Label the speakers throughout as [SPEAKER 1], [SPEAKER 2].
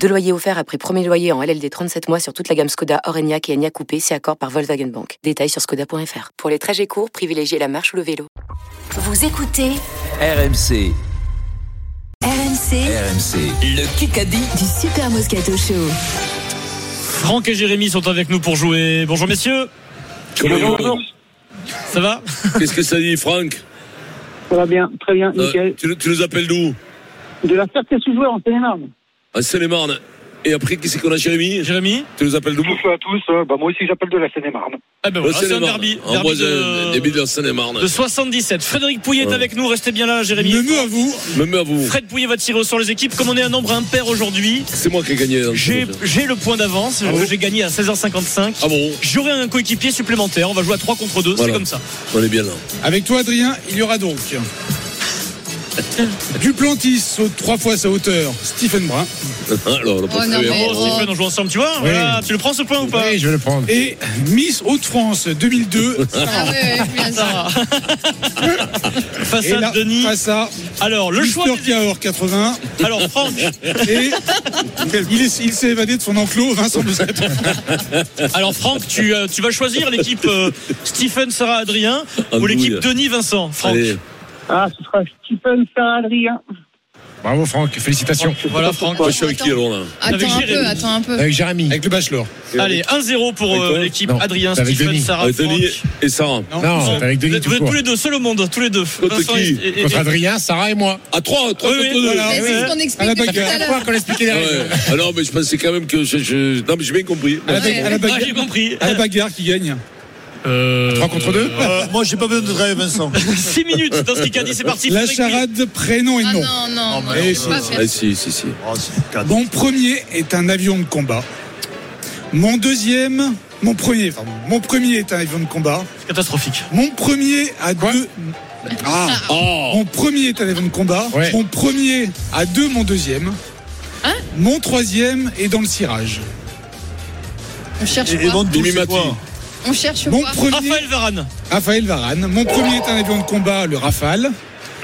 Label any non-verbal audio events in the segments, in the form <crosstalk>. [SPEAKER 1] Deux loyers offerts après premier loyer en LLD 37 mois sur toute la gamme Skoda, Orenia et Enya Coupé, si accord par Volkswagen Bank. Détails sur skoda.fr. Pour les trajets courts, privilégiez la marche ou le vélo.
[SPEAKER 2] Vous écoutez
[SPEAKER 3] RMC,
[SPEAKER 2] RMC
[SPEAKER 3] RMC, le Kikadi.
[SPEAKER 2] du Super Moscato Show.
[SPEAKER 4] Franck et Jérémy sont avec nous pour jouer. Bonjour messieurs,
[SPEAKER 5] Bonjour.
[SPEAKER 4] ça va
[SPEAKER 5] Qu'est-ce que ça dit, Franck
[SPEAKER 6] Ça va bien, très bien,
[SPEAKER 5] Euh,
[SPEAKER 6] nickel.
[SPEAKER 5] tu, tu nous appelles d'où Ah,
[SPEAKER 6] De la Ferté sous joueur en Seine-et-Marne.
[SPEAKER 5] À Seine-et-Marne. Et après, qui c'est qu'on a, Jérémy
[SPEAKER 4] Jérémy
[SPEAKER 5] Tu nous appelles d'où
[SPEAKER 7] Bonjour à tous. Euh, Bah, moi aussi, j'appelle de la Seine-et-Marne.
[SPEAKER 4] Eh ben voilà,
[SPEAKER 5] Au
[SPEAKER 4] c'est un
[SPEAKER 5] Seine-et-Marne.
[SPEAKER 4] derby.
[SPEAKER 5] En
[SPEAKER 4] derby
[SPEAKER 5] Boise, euh, début de
[SPEAKER 4] de...
[SPEAKER 5] la Seine-et-Marne.
[SPEAKER 4] de 77. Frédéric Pouillet est
[SPEAKER 5] Ouais.
[SPEAKER 4] avec nous, restez bien là Jérémy.
[SPEAKER 5] à vous. Même à vous.
[SPEAKER 4] Fred Pouillet va tirer au sort les équipes. Comme on est un nombre impair aujourd'hui,
[SPEAKER 5] C'est moi qui ai gagné. hein,
[SPEAKER 4] j'ai
[SPEAKER 5] c'est
[SPEAKER 4] j'ai le point d'avance.
[SPEAKER 5] Ah bon
[SPEAKER 4] J'ai gagné à 16h55.
[SPEAKER 5] Ah bon
[SPEAKER 4] J'aurai un coéquipier supplémentaire. On va jouer à 3 contre 2,
[SPEAKER 5] Voilà.
[SPEAKER 4] c'est comme ça.
[SPEAKER 5] On est bien là. <laughs> Ah,
[SPEAKER 8] Avec toi, Adrien, il y aura <laughs> donc Duplantis saute trois fois sa hauteur, Stephen Brun.
[SPEAKER 5] Alors, on a pas
[SPEAKER 9] Oh, non,
[SPEAKER 5] trouvé.
[SPEAKER 9] mais-
[SPEAKER 4] Oh, Stephen, on joue ensemble, tu vois Voilà, Tu le prends ce point ou pas
[SPEAKER 8] Oui, je vais le prendre. Et Miss Haute-France <laughs> 2002.
[SPEAKER 9] Ah oui, oui, bien sûr.
[SPEAKER 4] Sarah. Face
[SPEAKER 8] et
[SPEAKER 4] à
[SPEAKER 8] là,
[SPEAKER 4] Denis.
[SPEAKER 8] face à
[SPEAKER 4] Alors, le choix.
[SPEAKER 8] Mister Cahors 80.
[SPEAKER 4] Alors, Franck,
[SPEAKER 8] <laughs> Et il est- il s'est évadé de son enclos, Vincent Bousquet.
[SPEAKER 4] alors Franck, tu, euh, tu vas choisir l'équipe euh, Stephen, Sarah, Adrien
[SPEAKER 5] Ah,
[SPEAKER 4] ou l'équipe
[SPEAKER 5] douille.
[SPEAKER 4] Denis, Vincent. Franck.
[SPEAKER 5] Allez.
[SPEAKER 6] Ah, ce sera Stephen Saradrien.
[SPEAKER 8] <laughs> Bravo, Franck, félicitations.
[SPEAKER 4] Voilà, Franck.
[SPEAKER 5] Moi, je suis avec qui alors là
[SPEAKER 4] Avec
[SPEAKER 9] Attends un
[SPEAKER 4] Jérémy.
[SPEAKER 9] peu, attends un peu.
[SPEAKER 8] Avec Jérémy. Avec le bachelor.
[SPEAKER 4] Allez, 1-0 pour euh,
[SPEAKER 5] Avec toi
[SPEAKER 4] l'équipe
[SPEAKER 8] Non,
[SPEAKER 4] Adrien,
[SPEAKER 8] c'est avec
[SPEAKER 4] Stephen,
[SPEAKER 8] Denis.
[SPEAKER 4] Sarah,
[SPEAKER 5] Avec
[SPEAKER 4] Ah, Franck.
[SPEAKER 5] Denis et Sarah.
[SPEAKER 4] Non, vous êtes, vous êtes tous les deux, seul au monde, tous les deux. Vincent
[SPEAKER 5] qui
[SPEAKER 4] et- et- et-
[SPEAKER 8] Adrien, Sarah et moi.
[SPEAKER 5] À 3, 3
[SPEAKER 4] Oui, oui,
[SPEAKER 5] contre 2.
[SPEAKER 4] voilà.
[SPEAKER 9] Mais C'est ce qu'on
[SPEAKER 8] À la
[SPEAKER 9] explique depuis tout à
[SPEAKER 8] bagarre.
[SPEAKER 9] l'heure.
[SPEAKER 8] qu'on expliquait les
[SPEAKER 5] Alors, Ah, mais je pensais quand même que. Je, je- Non, mais j'ai bien compris.
[SPEAKER 8] À la
[SPEAKER 9] Ouais.
[SPEAKER 8] bagarre- à la
[SPEAKER 4] Ah, j'ai
[SPEAKER 8] bagarre-
[SPEAKER 4] compris.
[SPEAKER 8] à la bagarre qui gagne.
[SPEAKER 4] Euh,
[SPEAKER 8] 3 contre 2
[SPEAKER 3] moi, j'ai pas besoin de rêver, Vincent.
[SPEAKER 4] 6 minutes dans ce qu'il a dit, c'est parti.
[SPEAKER 8] La
[SPEAKER 4] Frédéric Pouillet.
[SPEAKER 8] charade, prénom et
[SPEAKER 9] Ah
[SPEAKER 8] nom.
[SPEAKER 9] non, non,
[SPEAKER 8] mais
[SPEAKER 9] non, on
[SPEAKER 8] non,
[SPEAKER 9] peut pas
[SPEAKER 8] non.
[SPEAKER 9] faire
[SPEAKER 5] Ah, si, si, si.
[SPEAKER 3] Oh, c'est cadeau.
[SPEAKER 8] Mon premier est un avion de combat. Mon deuxième, mon premier, pardon. Mon premier est un avion de combat.
[SPEAKER 4] Catastrophique.
[SPEAKER 8] Mon premier a deux. Ah.
[SPEAKER 5] Oh
[SPEAKER 8] Mon premier est un avion de combat.
[SPEAKER 3] Ouais.
[SPEAKER 8] Mon premier a deux, mon deuxième.
[SPEAKER 9] Hein
[SPEAKER 8] mon troisième est dans le cirage.
[SPEAKER 9] On cherche
[SPEAKER 3] Et
[SPEAKER 9] quoi
[SPEAKER 3] mon douille, c'est quoi
[SPEAKER 9] On cherche
[SPEAKER 8] Mon
[SPEAKER 9] quoi
[SPEAKER 8] premier,
[SPEAKER 4] Raphaël Varane.
[SPEAKER 8] Raphaël Varane. Mon premier est un avion de combat, le Rafale.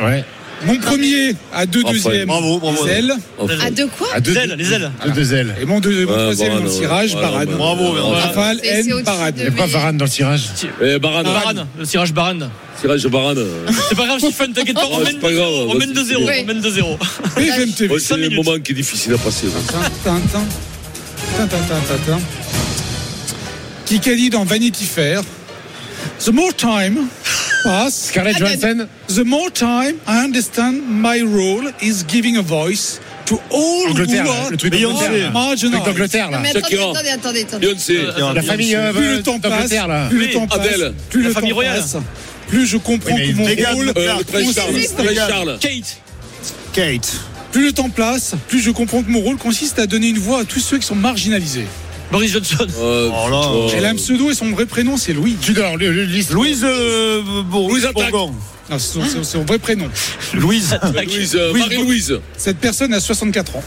[SPEAKER 3] Ouais.
[SPEAKER 8] Mon premier a deux
[SPEAKER 5] Raphaël.
[SPEAKER 8] deuxièmes,
[SPEAKER 3] Bravo, bravo.
[SPEAKER 8] les ailes.
[SPEAKER 4] Ah,
[SPEAKER 5] Enfin.
[SPEAKER 9] À de quoi
[SPEAKER 3] À deux,
[SPEAKER 4] Les ailes, les ailes.
[SPEAKER 3] à deux ailes.
[SPEAKER 8] Et mon, deuxième, mon
[SPEAKER 5] Ouais,
[SPEAKER 8] troisième est dans
[SPEAKER 5] Varane,
[SPEAKER 8] le cirage,
[SPEAKER 5] ouais,
[SPEAKER 8] Barade.
[SPEAKER 5] ouais,
[SPEAKER 3] Bravo,
[SPEAKER 5] ouais,
[SPEAKER 3] Varane.
[SPEAKER 4] Voilà.
[SPEAKER 8] Rafale,
[SPEAKER 9] C'est- c'est
[SPEAKER 8] N,
[SPEAKER 9] au-dessus
[SPEAKER 8] Barade.
[SPEAKER 9] de mes-
[SPEAKER 3] dans le tirage.
[SPEAKER 5] Eh, Barane.
[SPEAKER 4] Varane, le tirage Varane.
[SPEAKER 5] Tirage de Barane.
[SPEAKER 4] C'est pas grave, Stephen, t'inquiète pas, on
[SPEAKER 5] Oh, c'est
[SPEAKER 4] mène
[SPEAKER 5] pas grave,
[SPEAKER 4] 2-0. On
[SPEAKER 5] vas-y,
[SPEAKER 4] mène 2-0.
[SPEAKER 9] c'est
[SPEAKER 4] On mène 2-0.
[SPEAKER 8] BFM TV.
[SPEAKER 5] Ouais, c'est
[SPEAKER 4] Cinq
[SPEAKER 5] le
[SPEAKER 4] minutes.
[SPEAKER 5] moment qui est difficile à passer. hein. ouais.
[SPEAKER 8] Tintin. Tintin, tintin, tintin. Kikadi dans Vanity Fair. The more time pass. Scarlett
[SPEAKER 9] Johansson.
[SPEAKER 8] The more time I understand my role is giving a voice to all who are
[SPEAKER 3] le truc d'Angleterre, là.
[SPEAKER 8] marginalized.
[SPEAKER 9] Non, mais attendez,
[SPEAKER 5] Shakira.
[SPEAKER 9] attendez, attendez, attendez.
[SPEAKER 5] Beyoncé.
[SPEAKER 4] Euh,
[SPEAKER 5] euh,
[SPEAKER 3] La famille
[SPEAKER 8] Plus le temps passe, plus le
[SPEAKER 4] Oui,
[SPEAKER 8] temps passe,
[SPEAKER 5] Adèle.
[SPEAKER 8] plus
[SPEAKER 4] La
[SPEAKER 8] le temps
[SPEAKER 4] famille royale.
[SPEAKER 8] passe, plus je comprends
[SPEAKER 3] Oui, mais
[SPEAKER 8] que mon
[SPEAKER 3] Meghan,
[SPEAKER 8] rôle
[SPEAKER 3] euh,
[SPEAKER 5] Le prince Charles.
[SPEAKER 8] consiste
[SPEAKER 5] Prince Charles.
[SPEAKER 8] Oh
[SPEAKER 4] Kate.
[SPEAKER 3] Kate.
[SPEAKER 8] Plus le temps passe, plus je comprends que mon rôle consiste à donner une voix à tous ceux qui sont marginalisés.
[SPEAKER 4] Boris Johnson.
[SPEAKER 5] Euh,
[SPEAKER 3] Oh là.
[SPEAKER 5] oh.
[SPEAKER 8] Elle a un pseudo et son vrai prénom c'est Louis.
[SPEAKER 3] Louise euh, Bour-
[SPEAKER 5] Louise attaque.
[SPEAKER 3] Bourgon.
[SPEAKER 8] Non, c'est son, c'est son vrai prénom.
[SPEAKER 3] Louise.
[SPEAKER 5] Louise, euh,
[SPEAKER 3] Louise
[SPEAKER 5] Marie-Louise.
[SPEAKER 8] Cette personne a 64 ans.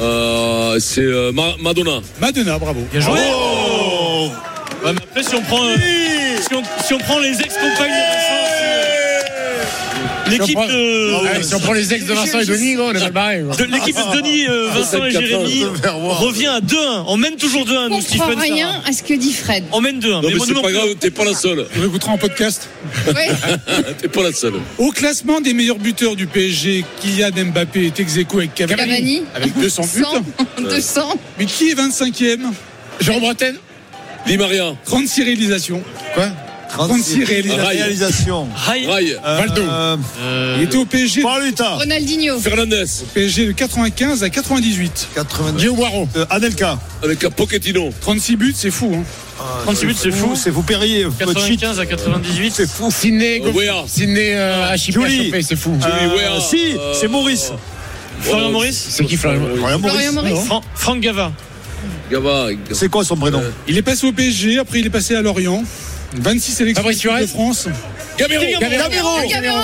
[SPEAKER 5] Euh, c'est euh, Ma- Madonna.
[SPEAKER 8] Madonna, bravo.
[SPEAKER 4] Bien joué. Ouais, mais après, si on prend, euh, si on, si on prend les ex-compagnes de Vincent, c'est, euh, l'équipe
[SPEAKER 3] Ah
[SPEAKER 4] de,
[SPEAKER 3] les ex de Vincent et Denis, oh, on est mal barré.
[SPEAKER 4] de- l'équipe de Denis, euh,
[SPEAKER 3] Ah,
[SPEAKER 4] Vincent et Jérémy revient à 2-1. On mène toujours 2-1,
[SPEAKER 9] On
[SPEAKER 4] nous,
[SPEAKER 9] comprend
[SPEAKER 4] Stephen.
[SPEAKER 9] rien
[SPEAKER 4] Sarah.
[SPEAKER 9] à ce que dit Fred.
[SPEAKER 4] On mène 2-1.
[SPEAKER 5] Non, mais
[SPEAKER 4] moi,
[SPEAKER 5] c'est
[SPEAKER 4] nous,
[SPEAKER 5] pas
[SPEAKER 4] on-
[SPEAKER 5] grave, t'es pas la seule. Hein,
[SPEAKER 8] Je l'écouterai en podcast.
[SPEAKER 9] Ouais.
[SPEAKER 5] T'es pas la seule.
[SPEAKER 8] Au classement des meilleurs buteurs du PSG, Kylian Mbappé est ex aequo avec Cavani.
[SPEAKER 9] Cavani.
[SPEAKER 8] Avec 200 buts.
[SPEAKER 9] 100, 200.
[SPEAKER 8] Mais qui est 25e Jean Bretagne.
[SPEAKER 5] Di Maria.
[SPEAKER 8] 36 réalisations.
[SPEAKER 3] Quoi
[SPEAKER 8] 36 réalisations.
[SPEAKER 5] Rail.
[SPEAKER 3] Réalisation.
[SPEAKER 4] Rai-
[SPEAKER 5] Ray.
[SPEAKER 8] Euh.
[SPEAKER 3] Valdo.
[SPEAKER 8] Il était au PSG,
[SPEAKER 3] Paluta.
[SPEAKER 9] Ronaldinho.
[SPEAKER 5] Fernandez.
[SPEAKER 8] PSG de 95 à 98.
[SPEAKER 3] 90. Euh, Anelka.
[SPEAKER 5] Avec un Pochettino.
[SPEAKER 8] 36 buts, c'est fou. Hein.
[SPEAKER 4] 36 buts, c'est fou.
[SPEAKER 3] C'est vous payez.
[SPEAKER 4] 95 à 98.
[SPEAKER 3] C'est fou. Sidney.
[SPEAKER 5] Euh, Weah.
[SPEAKER 3] Sidney
[SPEAKER 8] euh,
[SPEAKER 3] Julie. C'est fou.
[SPEAKER 5] Julie Weah.
[SPEAKER 3] Si,
[SPEAKER 5] Euh,
[SPEAKER 3] c'est Maurice.
[SPEAKER 4] Florian Maurice.
[SPEAKER 3] C'est qui Florian
[SPEAKER 9] Florian Maurice.
[SPEAKER 4] Fran- Franck Gava.
[SPEAKER 5] Gava.
[SPEAKER 3] C'est quoi son prénom
[SPEAKER 8] Il est passé au PSG, après il est passé à Lorient. 26 sélections
[SPEAKER 3] Fabrice
[SPEAKER 8] d'équipe
[SPEAKER 3] Suarez
[SPEAKER 8] de France.
[SPEAKER 5] Gamero,
[SPEAKER 3] Gamero.
[SPEAKER 9] Gamero. Gamero.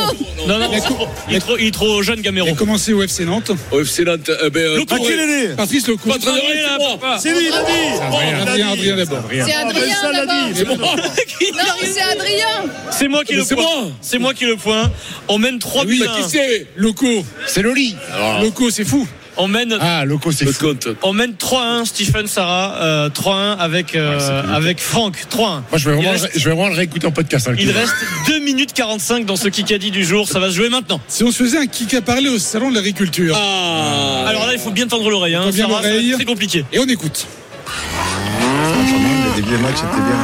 [SPEAKER 4] Non, non,
[SPEAKER 8] Mais
[SPEAKER 4] c'est
[SPEAKER 8] co-
[SPEAKER 4] trop- il est trop- il est trop jeune, Gamero.
[SPEAKER 8] Il a commencé au FC Nantes.
[SPEAKER 5] OFC Nantes. Eh ben, euh,
[SPEAKER 4] Touré.
[SPEAKER 8] Patrice Lecourt.
[SPEAKER 4] Touré, Ah, là, papa.
[SPEAKER 3] C'est lui, il a
[SPEAKER 8] Adrien, Adrien, Adrien d'abord.
[SPEAKER 9] C'est Adrien d'abord.
[SPEAKER 5] C'est bon.
[SPEAKER 9] Non, c'est Adrien.
[SPEAKER 4] C'est moi qui
[SPEAKER 5] Mais
[SPEAKER 4] le
[SPEAKER 5] c'est
[SPEAKER 4] point.
[SPEAKER 5] moi. Ah
[SPEAKER 4] C'est moi qui le point. On mène 3 buts
[SPEAKER 5] Oui, mais
[SPEAKER 4] à
[SPEAKER 5] qui
[SPEAKER 4] un.
[SPEAKER 5] c'est
[SPEAKER 8] Loco.
[SPEAKER 3] C'est Loli.
[SPEAKER 8] Loco, Ah. c'est fou.
[SPEAKER 4] On mène
[SPEAKER 3] Ah, Loco, c'est
[SPEAKER 5] Le
[SPEAKER 3] fou.
[SPEAKER 5] compte.
[SPEAKER 4] On mène 3-1 Stephen Sarah, euh, 3-1 avec, euh, avec Franck, 3-1.
[SPEAKER 3] Moi, je vais
[SPEAKER 4] il,
[SPEAKER 3] vraiment,
[SPEAKER 4] reste,
[SPEAKER 3] je vais vraiment le réécouter en podcast. hein, le
[SPEAKER 4] il
[SPEAKER 3] coup.
[SPEAKER 4] reste 2 minutes 45 dans ce Kikadi du jour, ça va se jouer maintenant.
[SPEAKER 8] Si on se faisait un kick à parler au salon de l'agriculture.
[SPEAKER 5] Ah.
[SPEAKER 4] Alors là, il faut bien tendre l'oreille, hein.
[SPEAKER 8] Faut bien
[SPEAKER 4] Sarah, ça va être
[SPEAKER 8] l'oreille.
[SPEAKER 4] très compliqué.
[SPEAKER 8] Et on écoute.
[SPEAKER 10] Le début du match, c'était bien.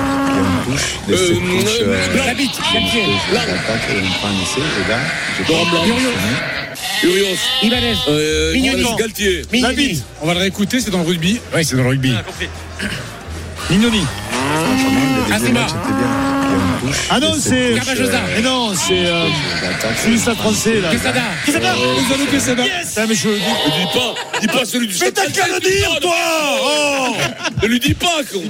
[SPEAKER 10] Il y a une touche, de cette touche, euh,
[SPEAKER 3] La bite, le pied.
[SPEAKER 10] je l'attaque et on prend un essai. Et là, je
[SPEAKER 5] Laurent Blanc. bah, Urios.
[SPEAKER 3] Ibanez.
[SPEAKER 5] Euh,
[SPEAKER 3] Mignolet.
[SPEAKER 5] Gonzalez Galtier.
[SPEAKER 8] La bite. On va le réécouter, c'est dans le rugby.
[SPEAKER 3] Ouais, c'est dans le rugby.
[SPEAKER 4] Ah, compris.
[SPEAKER 3] Mignoni.
[SPEAKER 10] Le début du
[SPEAKER 3] Azuma.
[SPEAKER 10] match, c'était bien. Il y a une touche,
[SPEAKER 4] Ah
[SPEAKER 10] de cette touche,
[SPEAKER 3] Cavajosa.
[SPEAKER 10] euh,
[SPEAKER 3] Mais non, c'est. euh,
[SPEAKER 10] je l'attaque et
[SPEAKER 3] Fils à français, là. Quesada. Quesada.
[SPEAKER 8] Gonzalo Quesada.
[SPEAKER 3] Ah, mais je.
[SPEAKER 5] Ne lui dis pas. Dis pas celui du Mais t'as qu'à le dire, toi
[SPEAKER 3] Oh.
[SPEAKER 5] Ne lui dis pas, con.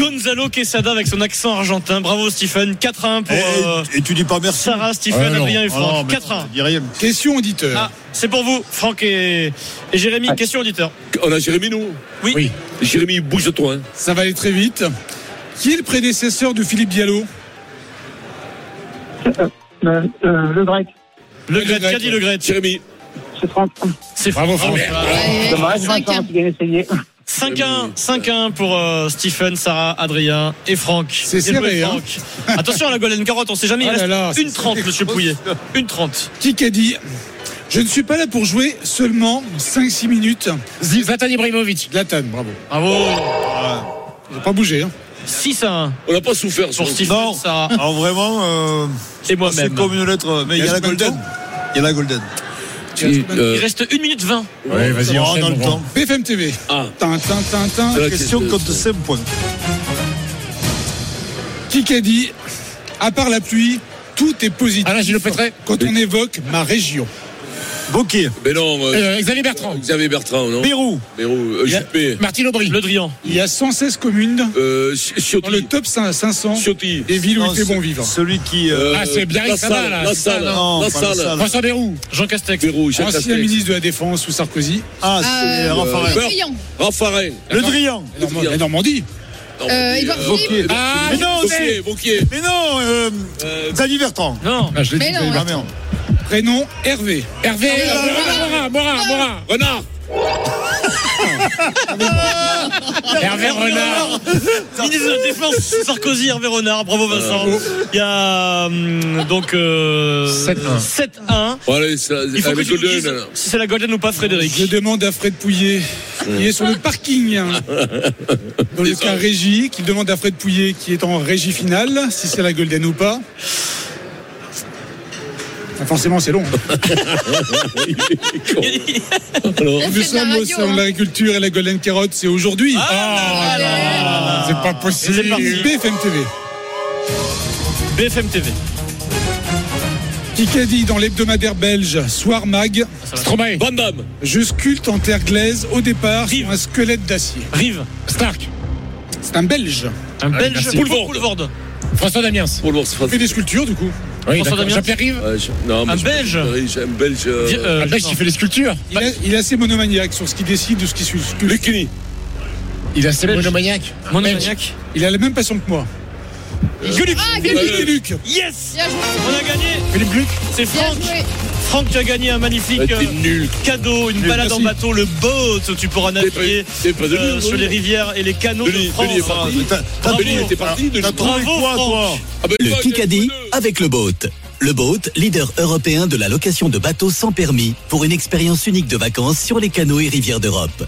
[SPEAKER 4] Gonzalo Quesada avec son accent argentin. Bravo Stephen, 4-1 pour euh,
[SPEAKER 10] Eh, et tu dis pas merci.
[SPEAKER 4] Sarah, Stephen,
[SPEAKER 3] Ah, non.
[SPEAKER 4] Adrien et
[SPEAKER 3] Ah, non,
[SPEAKER 4] Franck.
[SPEAKER 3] mais
[SPEAKER 4] 4-1.
[SPEAKER 3] dis rien.
[SPEAKER 8] Question auditeur.
[SPEAKER 4] Ah, c'est pour vous, Franck et, et Jérémy.
[SPEAKER 8] Ah.
[SPEAKER 4] Question auditeur.
[SPEAKER 5] On a Jérémy, nous
[SPEAKER 4] Oui.
[SPEAKER 3] Oui.
[SPEAKER 5] Jérémy, bouge-toi. hein.
[SPEAKER 8] Ça va aller très vite. Qui est le prédécesseur de Philippe Diallo
[SPEAKER 6] Euh, euh, le grec,
[SPEAKER 4] Le
[SPEAKER 8] Le
[SPEAKER 4] Gret,
[SPEAKER 8] Gret,
[SPEAKER 4] qu'a dit le Gret
[SPEAKER 5] Jérémy.
[SPEAKER 6] c'est 30.
[SPEAKER 4] C'est
[SPEAKER 8] Bravo, Franck.
[SPEAKER 6] Dommage, 20
[SPEAKER 9] Cinquième.
[SPEAKER 6] qui gagne essayé.
[SPEAKER 4] 5-1, 5-1 pour euh, Stephen, Sarah, Adrien et Franck.
[SPEAKER 8] C'est
[SPEAKER 4] Bien joué,
[SPEAKER 8] serré, hein.
[SPEAKER 4] Franck. Attention à la Golden Carotte, on sait jamais. Il
[SPEAKER 8] Ah là
[SPEAKER 4] reste
[SPEAKER 8] là,
[SPEAKER 4] une
[SPEAKER 8] c'est-
[SPEAKER 4] 30, monsieur Pouillet. Une 30.
[SPEAKER 8] Qui a dit Je ne suis pas là pour jouer seulement 5-6 minutes.
[SPEAKER 3] Zlatan Ibrahimovic.
[SPEAKER 8] Zlatan, bravo.
[SPEAKER 4] Bravo.
[SPEAKER 8] Ils n'ont pas bougé. Hein.
[SPEAKER 4] 6 à 1
[SPEAKER 5] On n'a pas souffert sur
[SPEAKER 4] pour Stephen, Sarah
[SPEAKER 10] Alors vraiment, euh,
[SPEAKER 4] et moi-même.
[SPEAKER 10] une lettre. Mais
[SPEAKER 8] il y a la golden.
[SPEAKER 10] Il y a la golden.
[SPEAKER 5] Si,
[SPEAKER 4] Il
[SPEAKER 5] euh,
[SPEAKER 4] reste 1 minute 20.
[SPEAKER 3] Ouais, vas-y, enchaîne, mon grand.
[SPEAKER 8] BFM TV.
[SPEAKER 5] Ah.
[SPEAKER 8] Tin, tin, tin, tin.
[SPEAKER 3] Euh.
[SPEAKER 5] c'est la question.
[SPEAKER 10] pointe.
[SPEAKER 8] Qui a dit À part la pluie, tout est positif.
[SPEAKER 3] Alain Gilles-Pétret.
[SPEAKER 8] Quand on évoque ma région.
[SPEAKER 10] Bokeh.
[SPEAKER 5] Mais non, euh,
[SPEAKER 3] Euh, Xavier Bertrand.
[SPEAKER 5] Xavier Bertrand, non
[SPEAKER 3] Bérou.
[SPEAKER 5] Bérou, euh,
[SPEAKER 3] Il y a-
[SPEAKER 5] Juppé.
[SPEAKER 3] Martine Aubry.
[SPEAKER 4] Le Drian.
[SPEAKER 8] Il y a 116 communes
[SPEAKER 5] Euh, Chi-
[SPEAKER 8] dans le
[SPEAKER 5] Ciotti.
[SPEAKER 8] top 500
[SPEAKER 5] Ciotti.
[SPEAKER 8] des villes où il fait bon vivre.
[SPEAKER 10] Celui qui.
[SPEAKER 5] Euh,
[SPEAKER 3] Ah, c'est Biarritz,
[SPEAKER 5] La
[SPEAKER 3] ça va,
[SPEAKER 5] salle,
[SPEAKER 3] là,
[SPEAKER 5] La
[SPEAKER 3] c'est ça,
[SPEAKER 5] salle.
[SPEAKER 10] non,
[SPEAKER 5] La
[SPEAKER 10] pas la
[SPEAKER 5] salle.
[SPEAKER 10] salle.
[SPEAKER 3] Vincent Bérou.
[SPEAKER 4] Jean Castex.
[SPEAKER 5] Bérou, Jacques
[SPEAKER 8] Ancien
[SPEAKER 5] Castex.
[SPEAKER 8] ministre de la Défense sous Sarkozy.
[SPEAKER 10] Ah,
[SPEAKER 9] Euh,
[SPEAKER 5] Raphaël.
[SPEAKER 9] Adrien.
[SPEAKER 5] Raffarin. Ah,
[SPEAKER 10] Le Drian.
[SPEAKER 8] La Normandie. La Normandie.
[SPEAKER 9] Euh, Yvan Philippe.
[SPEAKER 3] Ah,
[SPEAKER 10] Mais non,
[SPEAKER 5] Vauquier, Vauquier.
[SPEAKER 10] mais non, euh, Xavier Bertrand.
[SPEAKER 4] Non.
[SPEAKER 3] Ah, je l'ai dit,
[SPEAKER 9] Mais non,
[SPEAKER 3] Xavier
[SPEAKER 9] ouais.
[SPEAKER 3] Bertrand.
[SPEAKER 8] Prénom Hervé. Ah
[SPEAKER 3] Hervé. Morin, Morin, Morin.
[SPEAKER 5] Renard.
[SPEAKER 3] Hervé Renard.
[SPEAKER 4] Ministre de la Défense, Sarkozy, Hervé Renard. Bravo Vincent. Il y a hum, donc euh,
[SPEAKER 3] 7-1.
[SPEAKER 4] 7-1.
[SPEAKER 5] Bon, allez, c'est la-
[SPEAKER 4] Il faut que
[SPEAKER 5] avec
[SPEAKER 4] tu nous
[SPEAKER 5] Euh, Golden,
[SPEAKER 4] dises
[SPEAKER 5] là.
[SPEAKER 4] si c'est la Golden ou pas, Frédéric.
[SPEAKER 8] Je demande à Fred Pouillet, qui est sur le
[SPEAKER 4] <laughs>
[SPEAKER 8] parking, hein, dans le cas régie, qu'il demande à Fred Pouillet, qui est en régie finale, si c'est la Golden ou pas. Ah, forcément, c'est long.
[SPEAKER 9] Bah,
[SPEAKER 8] hein.
[SPEAKER 9] Elle
[SPEAKER 8] Nous
[SPEAKER 9] fait de la
[SPEAKER 8] sommes au
[SPEAKER 9] radio.
[SPEAKER 8] salon de
[SPEAKER 9] hein.
[SPEAKER 8] l'agriculture et la Golden Carotte, c'est aujourd'hui.
[SPEAKER 4] Ah, là, là, là, là, là.
[SPEAKER 3] C'est pas possible.
[SPEAKER 4] C'est parti.
[SPEAKER 8] BFM TV.
[SPEAKER 4] BFM TV.
[SPEAKER 8] Qui a dit dans l'hebdomadaire belge, Soir Mag,
[SPEAKER 3] Stromae.
[SPEAKER 5] Van Damme.
[SPEAKER 8] je sculpte en terre glaise au départ
[SPEAKER 4] Rive.
[SPEAKER 8] sur un squelette d'acier.
[SPEAKER 4] Rive.
[SPEAKER 3] Stark.
[SPEAKER 8] C'est un Belge.
[SPEAKER 4] Un Belge.
[SPEAKER 3] merci.
[SPEAKER 4] Boulevard.
[SPEAKER 3] François Damiens.
[SPEAKER 5] Pour le voir, c'est
[SPEAKER 8] Il fait
[SPEAKER 5] facile.
[SPEAKER 8] des sculptures, du coup.
[SPEAKER 3] Oui, d'accord.
[SPEAKER 4] François Damiens.
[SPEAKER 3] Jean-Pierre Rive.
[SPEAKER 5] Ouais, je- non,
[SPEAKER 4] Un
[SPEAKER 5] mais je-
[SPEAKER 4] Belge.
[SPEAKER 5] Oui, Un Belge. euh,
[SPEAKER 4] Di- euh,
[SPEAKER 3] Ah, Belge qui fait les sculptures.
[SPEAKER 4] Bah,
[SPEAKER 8] Il, a- il est assez monomaniaque sur ce qu'il décide, de ce qu'il sculpte.
[SPEAKER 5] Lucchini.
[SPEAKER 3] Il a ses monomaniaques.
[SPEAKER 4] Monomaniaque.
[SPEAKER 8] Il a la même passion que moi.
[SPEAKER 4] Gueuluc.
[SPEAKER 9] Ah,
[SPEAKER 4] Gueuluc.
[SPEAKER 8] Luc et Luc.
[SPEAKER 4] Yes
[SPEAKER 9] Bien joué.
[SPEAKER 4] On a gagné
[SPEAKER 3] Philippe Gluck.
[SPEAKER 4] C'est
[SPEAKER 9] Bien
[SPEAKER 4] Franck
[SPEAKER 9] joué.
[SPEAKER 4] Franck qui a gagné un magnifique
[SPEAKER 5] Ah, T'es
[SPEAKER 4] euh,
[SPEAKER 5] nul.
[SPEAKER 4] cadeau, une balade en
[SPEAKER 8] merci.
[SPEAKER 4] bateau, le boat, tu pourras
[SPEAKER 5] T'es pas-
[SPEAKER 4] naviguer
[SPEAKER 5] t'es pas de
[SPEAKER 4] euh,
[SPEAKER 5] lui,
[SPEAKER 4] sur
[SPEAKER 5] non
[SPEAKER 4] les rivières et les canaux
[SPEAKER 5] Denis,
[SPEAKER 4] de France.
[SPEAKER 5] Denis est parti.
[SPEAKER 4] Ah,
[SPEAKER 5] Ah,
[SPEAKER 4] Bravo.
[SPEAKER 5] Denis, t'es parti. Denis.
[SPEAKER 4] Bravo Franck
[SPEAKER 5] Ah, ben,
[SPEAKER 10] Le
[SPEAKER 5] toi,
[SPEAKER 10] Kikadi
[SPEAKER 5] Golden.
[SPEAKER 10] avec le boat. Le boat, leader européen de la location de bateaux sans permis, pour une expérience unique de vacances sur les canaux et rivières d'Europe.